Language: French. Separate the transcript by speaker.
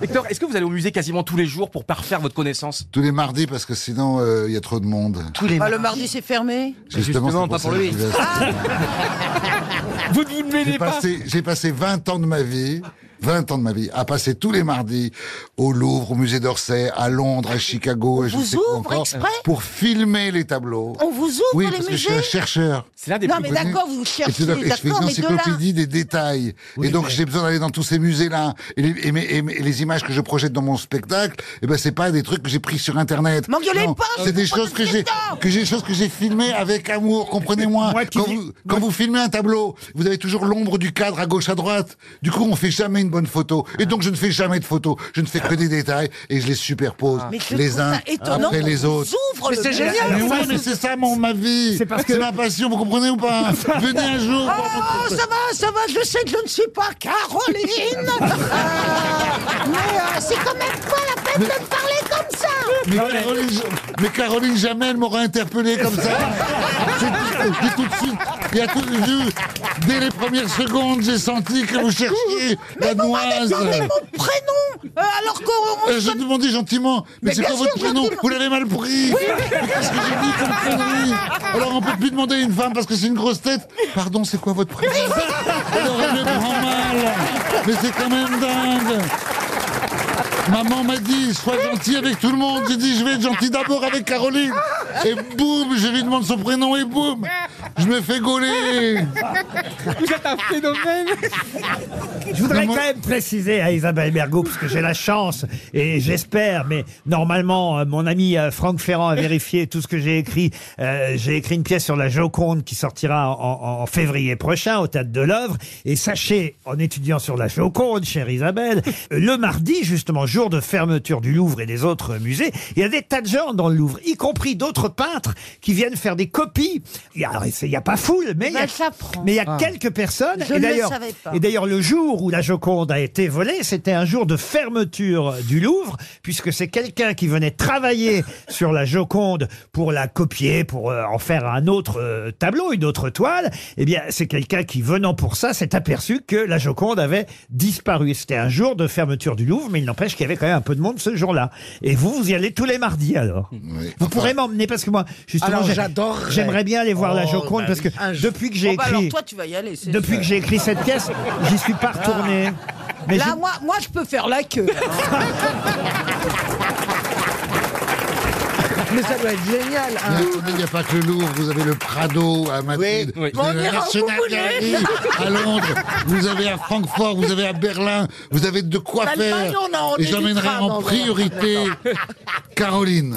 Speaker 1: Hector, est-ce que vous allez au musée quasiment tous les jours pour parfaire votre connaissance
Speaker 2: Tous les mardis, parce que sinon, euh, il y a trop de monde.
Speaker 3: Ah, le mardi, c'est fermé.
Speaker 1: Justement,
Speaker 2: c'est
Speaker 1: pas pour
Speaker 2: ça
Speaker 1: lui.
Speaker 2: que je vais
Speaker 4: Ah,
Speaker 2: à-
Speaker 1: Vous ne vous ne mêlez
Speaker 2: J'ai
Speaker 1: pas
Speaker 2: passé, j'ai passé 20 ans de ma vie, 20 ans de ma vie, à passer tous les mardis au Louvre, au musée d'Orsay, à Londres, à Chicago, et je
Speaker 4: vous
Speaker 2: sais quoi
Speaker 4: ouvre
Speaker 2: encore,
Speaker 4: exprès
Speaker 2: pour filmer les tableaux.
Speaker 4: On vous ouvre
Speaker 2: oui,
Speaker 4: les
Speaker 2: parce que je
Speaker 4: musées
Speaker 2: suis un chercheur.
Speaker 1: C'est l'un des
Speaker 3: Non,
Speaker 1: plus
Speaker 3: mais
Speaker 1: beaux-
Speaker 2: Vous
Speaker 3: D'accord,
Speaker 2: voyez
Speaker 3: vous
Speaker 2: Et
Speaker 3: cherchez,
Speaker 2: c'est donc- et je fais
Speaker 3: d'accord,
Speaker 2: une
Speaker 3: mais de là-
Speaker 2: encyclopédie des détails. et donc, j'ai besoin d'aller dans tous ces musées-là. Et les, et mes- et mes- et les images que je projette dans mon spectacle, eh ben, c'est pas des trucs que j'ai pris sur Internet.
Speaker 3: M'engueulez
Speaker 2: Non,
Speaker 3: pas, je
Speaker 2: C'est des
Speaker 3: vous pose
Speaker 2: choses
Speaker 3: une
Speaker 2: que j'ai,
Speaker 3: question.
Speaker 2: que j'ai, choses que j'ai filmées avec amour, comprenez-moi.
Speaker 5: Moi qui
Speaker 2: Quand,
Speaker 5: dis-
Speaker 2: vous, quand vous filmez un tableau, vous avez toujours l'ombre du cadre à gauche, à droite. Du coup, on fait jamais une bonne photo. Et donc, je ne fais jamais de photos. Je ne fais que des détails et je les superpose
Speaker 3: Ah. Mais je
Speaker 2: les
Speaker 3: trouve
Speaker 2: uns
Speaker 3: ça étonnant
Speaker 2: après
Speaker 3: qu'on
Speaker 2: les
Speaker 3: vous
Speaker 2: autres.
Speaker 3: ouvre le
Speaker 5: c'est
Speaker 3: musée.
Speaker 5: génial.
Speaker 2: Mais
Speaker 5: ça,
Speaker 2: ouais,
Speaker 5: nous-
Speaker 2: mais c'est ça mon ma vie.
Speaker 5: C'est parce
Speaker 2: C'est
Speaker 5: que-
Speaker 2: ma passion, vous comprenez ou pas Venez un jour. voir mon
Speaker 3: Oh, ça va, ça va, je sais que je ne suis pas Caroline. Euh, mais euh, c'est quand même pas la peine de me parler comme ça.
Speaker 2: Mais Caroline, mais Caroline jamais elle m'aura interpellé comme ça. J'ai j'ai tout de suite, il y a tout de suite- dès les premières secondes, j'ai senti que vous cherchiez la
Speaker 3: Vous m'avez
Speaker 2: noise.
Speaker 3: demandé mon prénom, euh, alors qu'on...
Speaker 2: Euh, Je demandais gentiment, mais,
Speaker 3: Mais
Speaker 2: c'est
Speaker 3: bien
Speaker 2: quoi
Speaker 3: sûr,
Speaker 2: votre prénom
Speaker 3: gentiment.
Speaker 2: Vous l'avez mal pris Qu'est-ce que j'ai dit comme connerie Alors on peut plus demander à une femme parce que c'est une grosse tête. Pardon, c'est quoi votre prénom Alors elle le prend mal Mais c'est quand même dingue Maman m'a dit, sois gentil avec tout le monde. J'ai dit, je vais être gentil d'abord avec Caroline. Et boum, je lui demande son prénom et boum, je me fais gauler.
Speaker 1: Vous êtes un phénomène
Speaker 5: Je voudrais
Speaker 2: Mais moi-
Speaker 5: quand même préciser à Isabelle Mergo, parce que j'ai la chance et j'espère, mais normalement, euh, mon ami euh, Franck Ferrand a vérifié tout ce que j'ai écrit. Euh, j'ai écrit une pièce sur la Joconde qui sortira en, en- en février prochain au Théâtre de l'œuvre. Et sachez, en étudiant sur la Joconde, chère Isabelle, euh, le mardi, justement, jour de fermeture du Louvre et des autres euh, musées, il y a des tas de gens dans le Louvre, y compris d'autres peintres qui viennent faire des copies. Il y a, il y a pas foule, mais il y a,
Speaker 4: Ben, ça prend.
Speaker 5: mais il y a quelques personnes.
Speaker 3: Bah, Je
Speaker 5: et
Speaker 3: ne le
Speaker 5: d'ailleurs-
Speaker 3: savais pas.
Speaker 5: et D'ailleurs, le jour où la Joconde a été volée, c'était un jour de fermeture du Louvre, puisque c'est quelqu'un qui venait travailler sur la Joconde pour la copier, pour euh, en faire un autre euh, tableau, une autre toile. Eh bien, c'est quelqu'un qui, venant pour ça, s'est aperçu que la Joconde avait disparu. C'était un jour de fermeture du Louvre, mais il n'empêche qu'il y avait quand même un peu de monde ce jour-là. Et vous, vous y allez tous les mardis alors
Speaker 2: Oui,
Speaker 5: Vous
Speaker 2: enfin.
Speaker 5: pourrez m'emmener parce que moi, justement,
Speaker 6: Alors,
Speaker 5: j'ai-
Speaker 6: j'adorerais.
Speaker 5: j'aimerais bien aller voir la
Speaker 6: Oh,
Speaker 5: Joconde
Speaker 6: bah
Speaker 5: parce que
Speaker 6: oui. Un jour.
Speaker 5: depuis que j'ai
Speaker 3: Oh, bah,
Speaker 5: écrit.
Speaker 3: alors toi, tu vas y aller. c'est
Speaker 5: Depuis
Speaker 3: sûr.
Speaker 5: que j'ai écrit cette pièce, j'y suis pas retourné. Mais
Speaker 3: Là,
Speaker 5: je-
Speaker 3: moi, moi, je peux faire la queue.
Speaker 6: Mais ça doit être génial. hein.
Speaker 2: Mais attendez, Il n'y a pas que le Louvre, vous avez le Prado à Madrid,
Speaker 1: Oui, oui.
Speaker 2: vous avez la National Gallery à Londres, vous avez à Francfort, vous avez à Berlin, vous avez de quoi
Speaker 6: L'Allemagne,
Speaker 2: faire.
Speaker 6: on en- on
Speaker 2: Et
Speaker 6: est du
Speaker 2: j'emmènerai
Speaker 6: crabe,
Speaker 2: en
Speaker 6: en vrai.
Speaker 2: priorité Caroline.